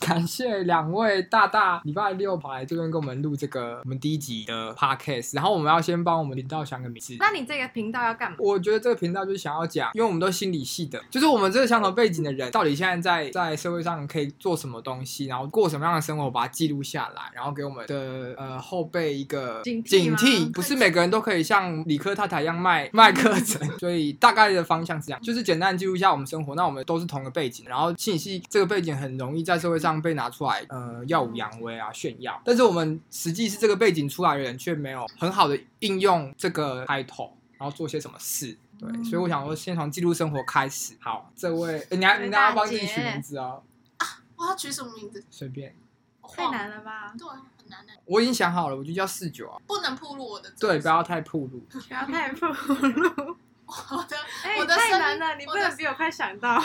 感谢两位大大礼拜六跑来这边跟我们录这个我们第一集的 podcast，然后我们要先帮我们频道想个名字。那你这个频道要干嘛？我觉得这个频道就是想要讲，因为我们都心理系的，就是我们这个相同背景的人，到底现在在在社会上可以做什么东西，然后过什么样的生活，把它记录下来，然后给我们的呃后辈一个警惕警吗惕。不是每个人都可以像理科太太一样卖卖课程，所以大概的方向是这样，就是简单记录一下我们生活。那我们都是同个背景，然后信息系这个背景很容易在社会上被拿出来，呃，耀武扬威啊，炫耀。但是我们实际是这个背景出来的人，却没有很好的应用这个 title，然后做些什么事。对，嗯所以我想说，先从记录生活开始。好，这位，呃你还你还要帮自己取名字哦，我要取什么名字？随便。太难了，了吧？对，啊很难的，我已经想好了，我就叫四九啊。不能暴露我的真对，实。不要太暴露。不要太 暴露。我的，哎、我的太声难音了，你不我的能比我快想到。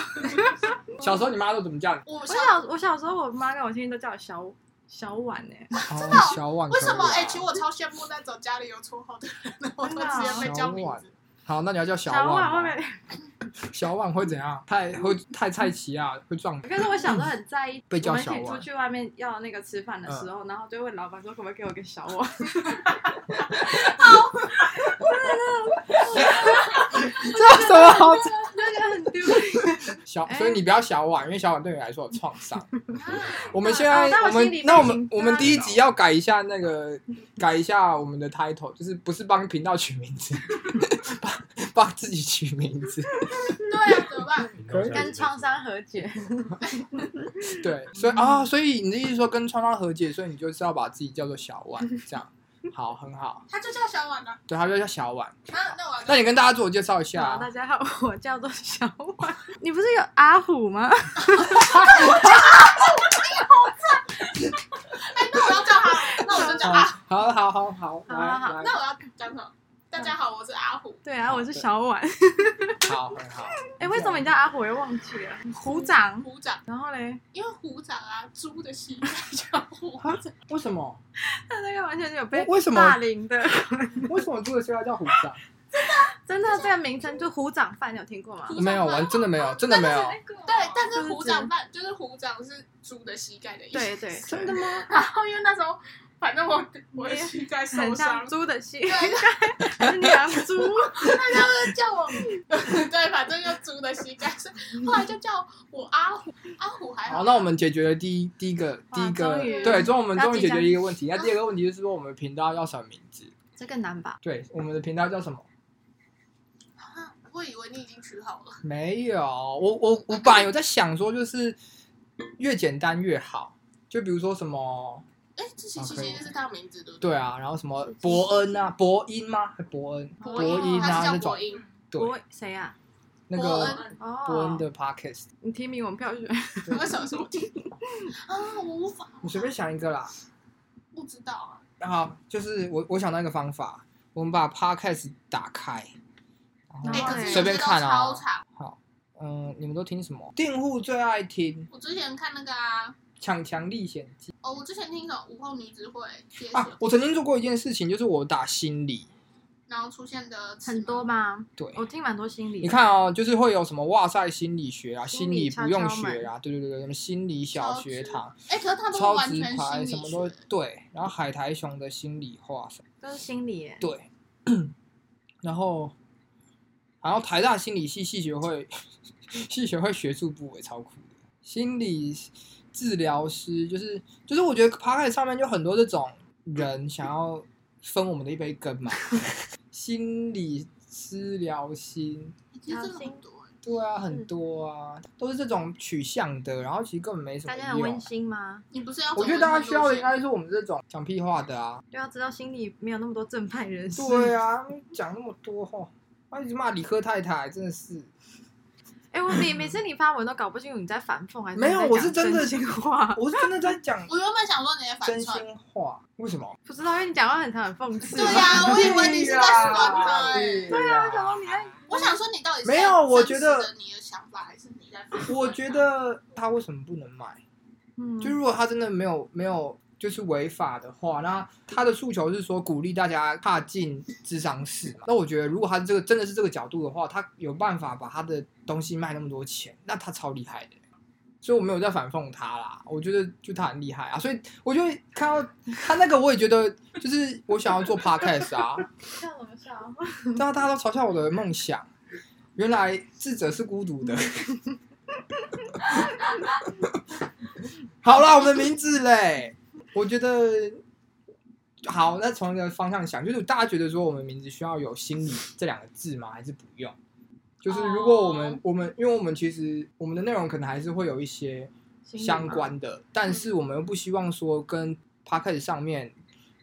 小时候你妈都怎么叫你？我我想小我小时候，我妈跟我亲戚都叫我小小婉欸呢、哦的哦，小婉可为以啊。什么？哎，其实我超羡慕那种家里有绰号的人，我都直接被叫名字。好，那你要叫小小婉婉后吗。面，小婉会怎样？太会太菜奇啊，会撞。 可是我小时候很在意，被叫我们一小起婉嗯出去外面要那个吃饭的时候，然后就问老板说可不可以给我一个小 碗。这有什么好？那个很丢脸。小，哎所以你不要小婉，因为小婉对你来说有创伤。我们现哦在那，我我们心里那我面已们经我们第一集要改一下那个，改一下我们的 title，就是不是帮频道取名字， 帮帮自己取名字。 对啊，怎么办？可以跟创伤和解，对，所以啊、所以你的意思说跟创伤和解，所以你就是要把自己叫做小婉，这样好，很好。他就叫小婉了。对，他就叫小婉。那那我要那你跟大家自我介绍一下好，啊大。家好，我叫做小婉。 你不是有阿 虎吗？哎，那我要叫他，那我就 叫啊，好好好好，来好好来，那我要讲什么？大家好，我是阿虎。对哦啊，我是小婉。好，很好。哎、为什么你叫阿虎？我又忘记了。虎掌。虎掌，然后嘞， 因为虎掌啊，猪的膝盖叫虎。啊？为什么？他那个完全有被为什么霸凌的，为什么猪的膝盖叫虎掌？真的这个名称就虎掌饭，你有听过吗？虎没有，我真的没有，真的没有。对，但就是是虎指掌饭就是虎掌是猪的膝盖的意思。对对，真的吗？ 然后因为那时候，反正我我的膝盖受很伤像，猪的膝 对，还是养猪？大家都叫我， 对，反正就猪的膝盖，所以后来就叫我阿虎，阿虎还好，那我们解决了第一第一个第一个终，于对，终于我们要终于紧解决张一个问题。那第二个问题就是说，我们频道要什么名字？这更难吧？对，我们的频道叫什么？啊我以为你已经取好啊了，没有，我我我本来有在想说，就是越简单越好。就比如说什么，哎，这其实啊可以其实是他名字对不对？对啊，然后什么伯恩啊，伯音吗？还伯恩，伯伯音音他啊那是叫种伯，音，对，我哦谁呀？那伯个恩，哦，伯恩的 podcast，你提名我们票选，对为什么说啊？我无法，你随便想一个啦。不知道啊，好，就是我我想到一个方法，我们把 podcast 打开，然对哎，可是后有些随便都看啊超。长，嗯，你们都听什么？订户最爱听《我之前看那个啊，强强历险记哦，我之前听一首午后女子会贴》啊写，，我曾经做过一件事情，就是我打心理，然后出现的词很多吧？对，我听蛮多心理。你，看哦，就是会有什么哇塞心理学啊，心心理理不用敲敲学门啊，对对对对，什么心理小学堂、哎、可是他都是超完直全排什心理么都学，对，然后海苔熊的心里话什么都是心理耶。对，然后然后台大心理系系学会系学会学术部也超酷的，心理治疗师就是就是我觉得 p a r 上面就很多这种人想要分我们的一杯羹嘛，心理治疗心。其实真的很多、对啊，很多啊，都是这种取向的，然后其实根本没什么大家很温用。馨吗？你不是要？我觉得大家需要的应该是我们这种讲屁话的啊，就要知道心理没有那么多正派人士。对啊，讲那么多吼，他一直骂理科太太，真的是哎，我每每次你发文都搞不清楚你在反讽还是没有你在讲我是真的真心话，我是真的在讲我原本想说你在反真串，心话，为什么？不知道，因为你讲话很常很讽刺。对呀、啊我以为你是在酸他、哎，对对啊，想说你在我想说你到底是没有我真实觉得的你的想法还是你在反串？我觉得他为什么不能买？嗯，就如果他真的没有没有。就是违法的话，那他的诉求是说鼓励大家踏进智商室嘛。那我觉得，如果他这个真的是这个角度的话，他有办法把他的东西卖那么多钱，那他超厉害的。所以我没有在反讽他啦。我觉得就他很厉害啊，所以我就会看到他那个，我也觉得就是我想要做 podcast 啊，笑什么笑？对啊，大家都嘲笑我的梦想。原来智者是孤独的。好啦，我们名字嘞，我觉得好。那从一个方向想，就是大家觉得说我们名字需要有“心理”这两个字吗？还是不用？就是如果我们、哦我们，因为我们其实我们的内容可能还是会有一些相关的，但是我们又不希望说跟 p o c a s t 上面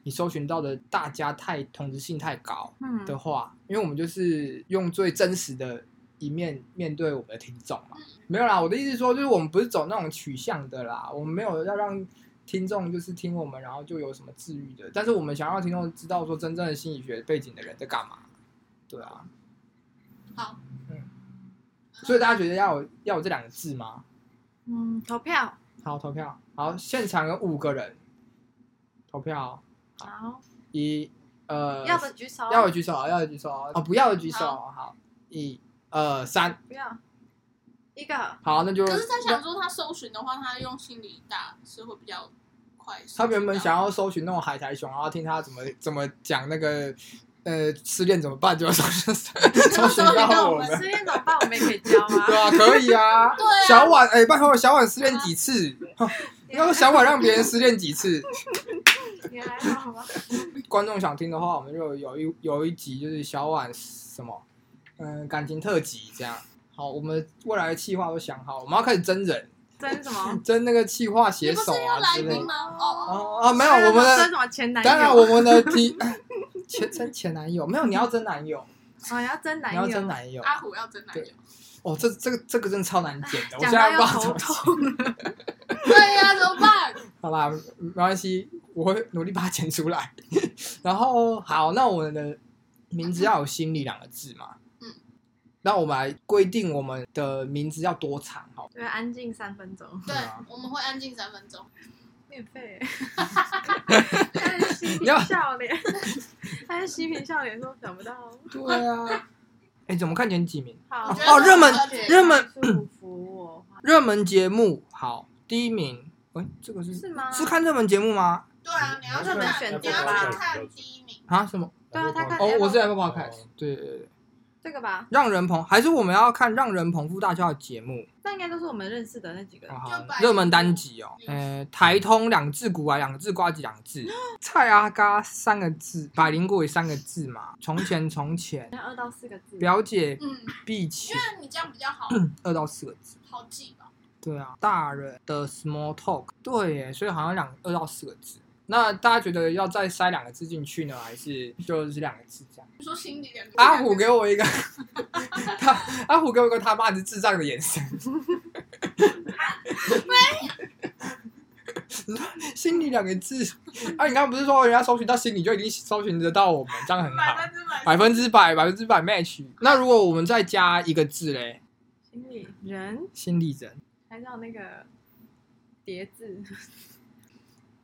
你搜寻到的大家太同质性太高，嗯的话，因为我们就是用最真实的一面面对我们的听众嘛。没有啦，我的意思是说，就是我们不是走那种取向的啦，我们没有要让听众就是听我们，然后就有什么治愈的，但是我们想让听众知道说，真正的心理学背景的人在干嘛。对啊，好，所以大家觉得要有要有这两个字吗？嗯，投票，好，投票。好，现场有五个人投票，好，一呃，要的举手，啊要的举手，要的举手，哦，不要的举手。好，一二三。不要，一个，好，嗯那就可是，在想说他搜寻的话，他用心理打是会比较快速。他原本想要搜寻那种海苔熊，然后听他怎么怎么讲那个呃失恋怎么办，就搜 寻搜寻到我们，失恋怎么办？我们也可以 教啊。对啊，可以啊。对啊，小婉，哎、拜托，小婉失恋几次？哼应该说小婉让别人失恋几次？你还好吗？观众想听的话，我们就有一有一集就是小婉什么，嗯，感情特辑这样。好，我们未来的计划都想好，我们要开始真人，真什么？真那个计划你写不手是要啊来之类宾的。吗？哦，哦啊，没有，我们的真什么前男友？当然，我们的题 前真前男友没有，你要真男友，哦，要真 男你友，要真男友哦。阿虎要真男友。哦，这这个这个真的超难剪 的，我讲现在到不知要道怎头么剪。痛。对呀，怎么办？ 好啦，没关系，我会努力把它剪出来。然后好，那我们的名字要有“心理”两个字嘛？嗯。那我们来规定我们的名字要多长好？对，安静三分钟，对啊，我们会安静三分钟。免 费。他是嬉你要皮笑脸，他是嬉皮笑脸说想不到。对啊。哎，怎么看前几名？好我觉得哦热门这个热门祝福我，热门节目好，第一名。哎，这个是是吗？是看热门节目吗？对啊，你要去热门选看，你择要吧去看第一名。啊？什么？对啊他看哦，我是 Apple 哦 Podcast。对对对。这个吧，让人捧，还是我们要看让人捧腹大笑的节目？那应该都是我们认识的那几个哦人。好就百，热门单集哦，嗯呃，台通两个字，古玩两个字，瓜子两个字，蔡阿嘎三个字，百灵果也三个字嘛，从前从前，那二到四个字，表姐嗯，碧琪因为你这样比较好二到四个字，好记吧。对啊，大人的 small talk，对耶，所以好像两二到四个字。那大家觉得要再塞两个字进去呢，还是就是两个字这样？你说心理两个阿虎给我一个他阿虎给我一个他妈你是智障的眼神。 心理两个字，啊，你刚刚不是说人家搜寻到心理就已经搜寻得到我们，这样很好，百分之百百分之百，百分之百 match。那如果我们再加一个字嘞，心理人，心理人，还叫那个叠字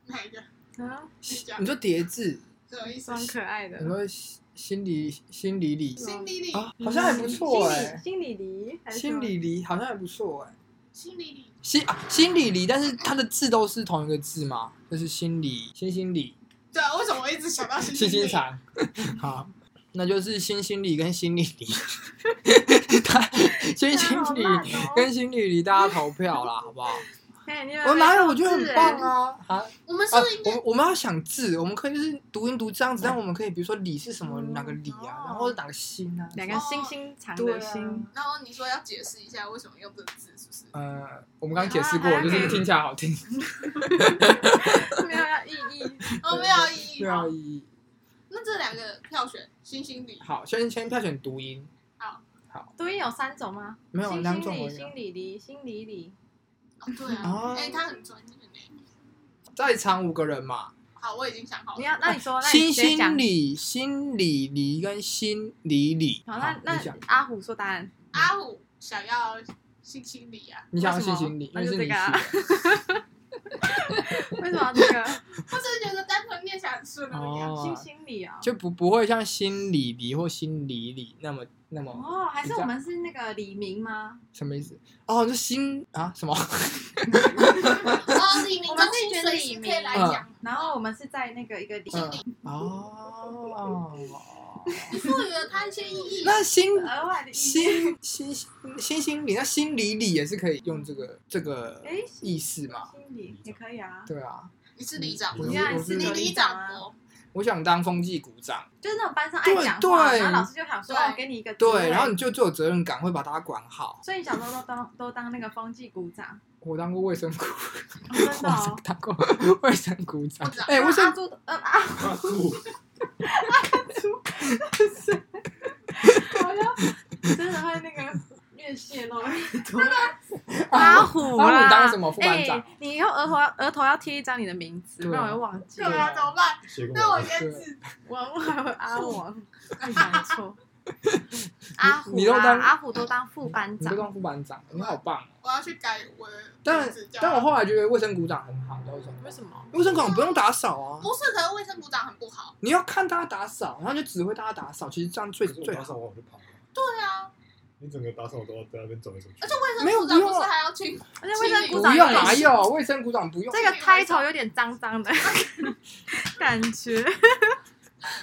哪一个？ 啊，你讲你说叠字，什么意思蛮？可爱的你。说心心理心理理心理理，啊，好像还不错哎、心理心理离，还是什心么理理好像还不错哎、心理理，心啊心理理，但是它的字都是同一个字嘛，就是心理心心理 对啊，为什么我一直想到心心理心理？肠，好，那就是心心理跟心理理，他心心理跟心理理大家投票啦，好不好？哎，你有我哪有？没我觉得字很哎棒啊！啊我们是啊不是应！该我我们要想字，我们可以就是读音读这样子，但我们可以比如说理是什么，哪个理啊，然后哪个心啊，两个星星长的心，然后你说要解释一下为什么用这个字，是不是？呃，我们刚刚解释过，就是听起来好听，没有要意 义。哦，没有意义。对啊好，，意义那这两个票选，心心理，好，先先票选读音，读音有三种吗？没有心两种心而已啊理、心。理离、心理理。哦，对哦啊，哎，他很专业呢。在场五个人嘛，好，我已经想好你了。要，那你说，哦那心你先讲心。理、心理理跟心理理。好，那你那想，阿虎说答案。阿虎想要心心理啊，你想要为什心么心理，因 那为就是这你个啊去的 为什么要这个 我只是觉得单纯念起来很顺而已啊。哦心。心理以啊。就不不会像心理离或心理理那么那么哦，还是我们是那个李明吗？什么意思？哦，就心啊什么？哦，李明我们跟会清觉得水李是可明以来嗯讲然后我们是在那个一个李，嗯 哦，赋予了它一些意义。那心额外的意义。心心心心理，那心理理也是可以用这个这个哎，意思嘛？心理也可以啊，对啊，你是里长，我是你我是你里里长啊长伯，我想当风纪股长，就是那种班上爱讲话，对对然后老师就想说，对哦，给你一个机会对，然后你就就有责任感，会把大家管好。所以你小时候都当都当那个风纪股长，我当过卫生股，哦真我的哦。 当过卫生股长我知道。哎，卫那阿生朱的，呃，阿阿杜，好像真的会那个越泄露越多。阿虎阿啦虎当什么副班长哎你以后额头要额头要贴一张你的名字，对啊不然我会忘记对。啊，怎么办？结果那我先自王还会阿王，没错。 阿虎你都啦，当阿虎都当副班你就长，当副班长，你好棒哦。我要去改我的但名字啊叫但我后来觉得卫生股长很好，你知道为什么吗？为什么？卫生股长不用打扫啊，不是，可是卫生部长很不好。你要看大家打扫，然后就指挥大家打扫，其实这样最可是我最打好。扫完我就跑了，对啊，你整个打扫我都要在那边走来走去。而且卫没有生部长不不用是啊还要去？而且卫生不股鼓长用有点哪有卫生股长不用？这个 title 有点脏脏的 感觉。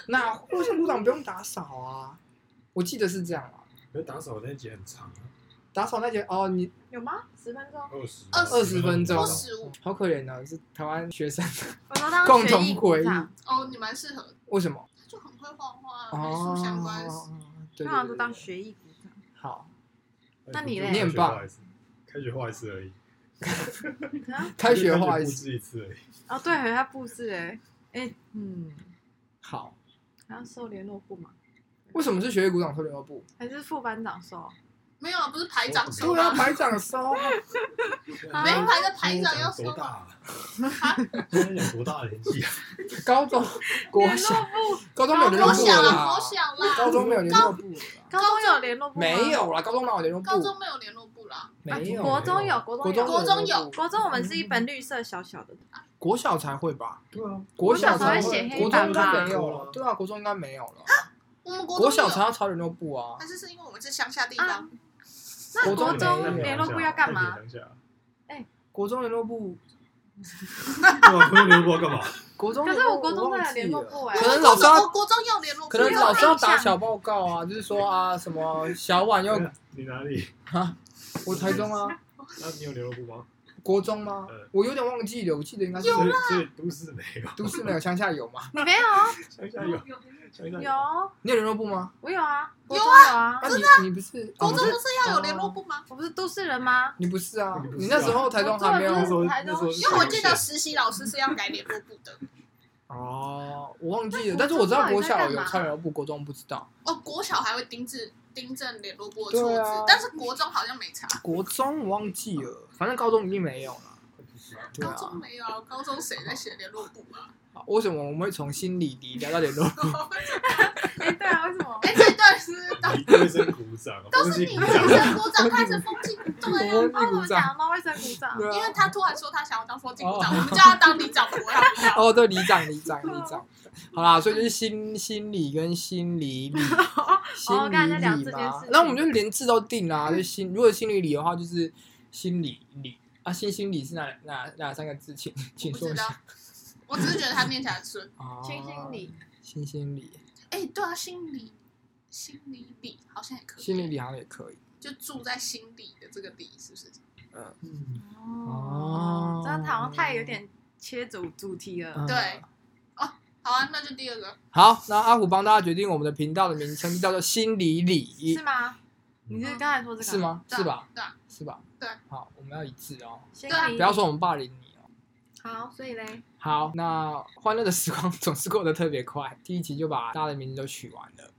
那卫生股长不用打扫啊，我记得是这样啊。可是打扫那一节很长啊，打扫那节哦，你有吗？十分钟？二十二十二十分钟不二十五好可怜哦，是台湾学生我都当共学同艺股回忆长，哦，你蛮适合的，为什么？他就很会画画、啊美哦术相关事。，对通常都对当对，学艺股长。好，那你嘞开学你很棒画一次，开学画一次而已， 啊开学画一一布次，置一次而已。哦，对，还有他布置哎，哎，嗯，好。还要收联络部嘛？为什么是学业股长特别部？还是副班长收？没有啊，不是排长收对啊，吗？排长 收， 啊没排的那排我长要长收多大吗？啊？那养多大的 年纪啊？高中、国小、部，高中没有联络好部小了啦，啦好，小高啦，中没有联络部了啦。高中有联络部吗没，有啦，高中哪有联络部？高中没有联络部啦。没有，啊国中有，国国中中有，国中有国中我们是一本绿色小小的，国小才会吧？对啊，国小才国小才会写黑国中板应吧该没有了。对啊，国中应该没有了。我们国国中小有，才要抄联络部啊还。是是因为我们是乡下地方，那国国中中联络部要干嘛？太平洋下国中联络部，对啊，没有联络部要干嘛？国中可联是络我部国中忘在记联络了部哎，可能老师要我国中要联络部，可能老师要打印象小报告啊，就是说啊什么小婉又你哪里？我台中啊，那你有联络部吗？国中吗嗯？我有点忘记了，我记得应该是所以所以都市没有，都市没有乡下有吗？没有，啊乡下有，乡下有，你有联络部吗？我有啊，国有中啊有啊啊，你你不是国哦中你不是是要有联络部吗？我不是都市人吗？你不是啊你，不是啊你那时候台中还没有我那时做候的那时候，因因为我记得实习老师是要改联络部的。哦，我忘记了，但是我知道国小有参联络部，国中不知道。哦，国小还会订正订正联络部的错对字，啊但是国中好像没查，啊国中我忘记了，反正高中一定没有了。对高啊，中没有啊，高中谁在写联络部 啊？好为什么我们会从心理离聊到 联络部？哎，对啊，为什么？ 哎，这段是到你卫生鼓掌， 啊都风是纪你鼓们掌，生鼓掌开始风纪，对啊，我哦，我鼓们掌，讲到卫生股 长，对因为啊。他突然说他想要当风纪鼓掌，我们叫他当里 长，我要不要？哦，对，里长，里长，里 长，好啦，所以就是心心理跟心理理，心 哦刚才在聊理这理件事嘛情，嗯那我们就连字都定啦，就心，如果心理理的话，就是心理理啊，心心理是哪哪哪三个字，请请不说知一道下。，我只是觉得他念起来很顺。哦清新理，心心理，哎，对啊，心理心理里好像也可以，心理理好像也可以。就住在心里的这个里是不是？嗯，哦，这样好像太有点切主主题了。嗯对好啊，那就第二个，好，那阿虎帮大家决定我们的频道的名称，叫做心理理是，吗？你是刚才说这嗯个是？吗？对啊是吧？对啊，是吧？对。好，我们要一致哦，先对啊理不要说我们霸凌你哦。好，所以嘞，好，那欢乐的时光总是过得特别快，第一集就把大家的名字都取完了。